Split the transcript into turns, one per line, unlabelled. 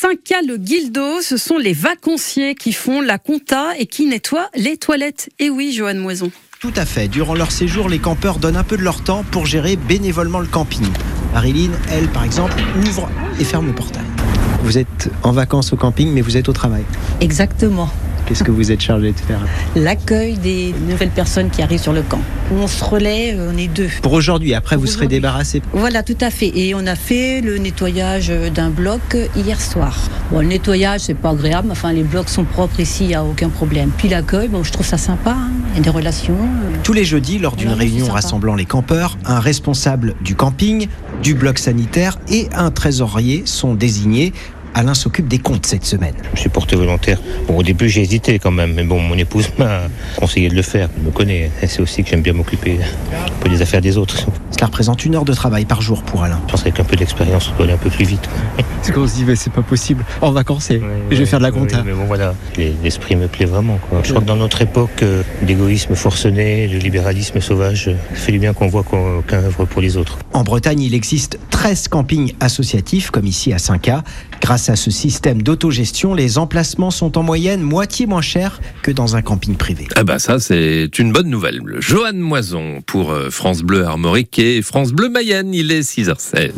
Saint-Cas le Guildo, ce sont les vacanciers qui font la compta et qui nettoient les toilettes. Et oui, Joanne Moison.
Tout à fait. Durant leur séjour, les campeurs donnent un peu de leur temps pour gérer bénévolement le camping. Marilyn, elle, par exemple, ouvre et ferme le portail. Vous êtes en vacances au camping, mais vous êtes au travail.
Exactement.
Qu'est-ce que vous êtes chargé de faire
L'accueil des nouvelles personnes qui arrivent sur le camp. On se relaie, euh, on est deux.
Pour aujourd'hui, après, vous
Pour
serez
aujourd'hui.
débarrassé.
Voilà, tout à fait. Et on a fait le nettoyage euh, d'un bloc hier soir. Bon, le nettoyage, c'est pas agréable, mais enfin, les blocs sont propres ici, il n'y a aucun problème. Puis l'accueil, bon, je trouve ça sympa. hein. Il y a des relations. euh,
Tous les jeudis, lors d'une
Ouais, c'est
réunion
sympa.
rassemblant les campeurs, un responsable du camping, du bloc sanitaire et un trésorier sont désignés. Alain s'occupe des comptes cette semaine.
Je me suis porté volontaire. Bon, au début, j'ai hésité quand même, mais bon, mon épouse m'a conseillé de le faire. Elle me connaît, elle sait aussi que j'aime bien m'occuper un peu des affaires des autres.
Cela représente une heure de travail par jour pour Alain.
Je pense qu'avec un peu d'expérience, on peut aller un peu plus vite.
Parce qu'on se dit, mais c'est pas possible. En vacances, c'est- je vais faire de la compta.
Oui, mais bon, voilà, Les- l'esprit me plaît vraiment. quoi. Je crois que dans notre époque, euh, d'égoïsme forcené, de libéralisme sauvage, euh, ça fait du bien qu'on voit qu'on qu'un œuvre pour les autres.
En Bretagne, il existe 13 campings associatifs, comme ici à 5A. Grâce à ce système d'autogestion, les emplacements sont en moyenne moitié moins chers que dans un camping privé.
Ah bah ça c'est une bonne nouvelle. Johan Moison pour euh, France Bleu Armorique et France Bleu Mayenne, il est 6h16.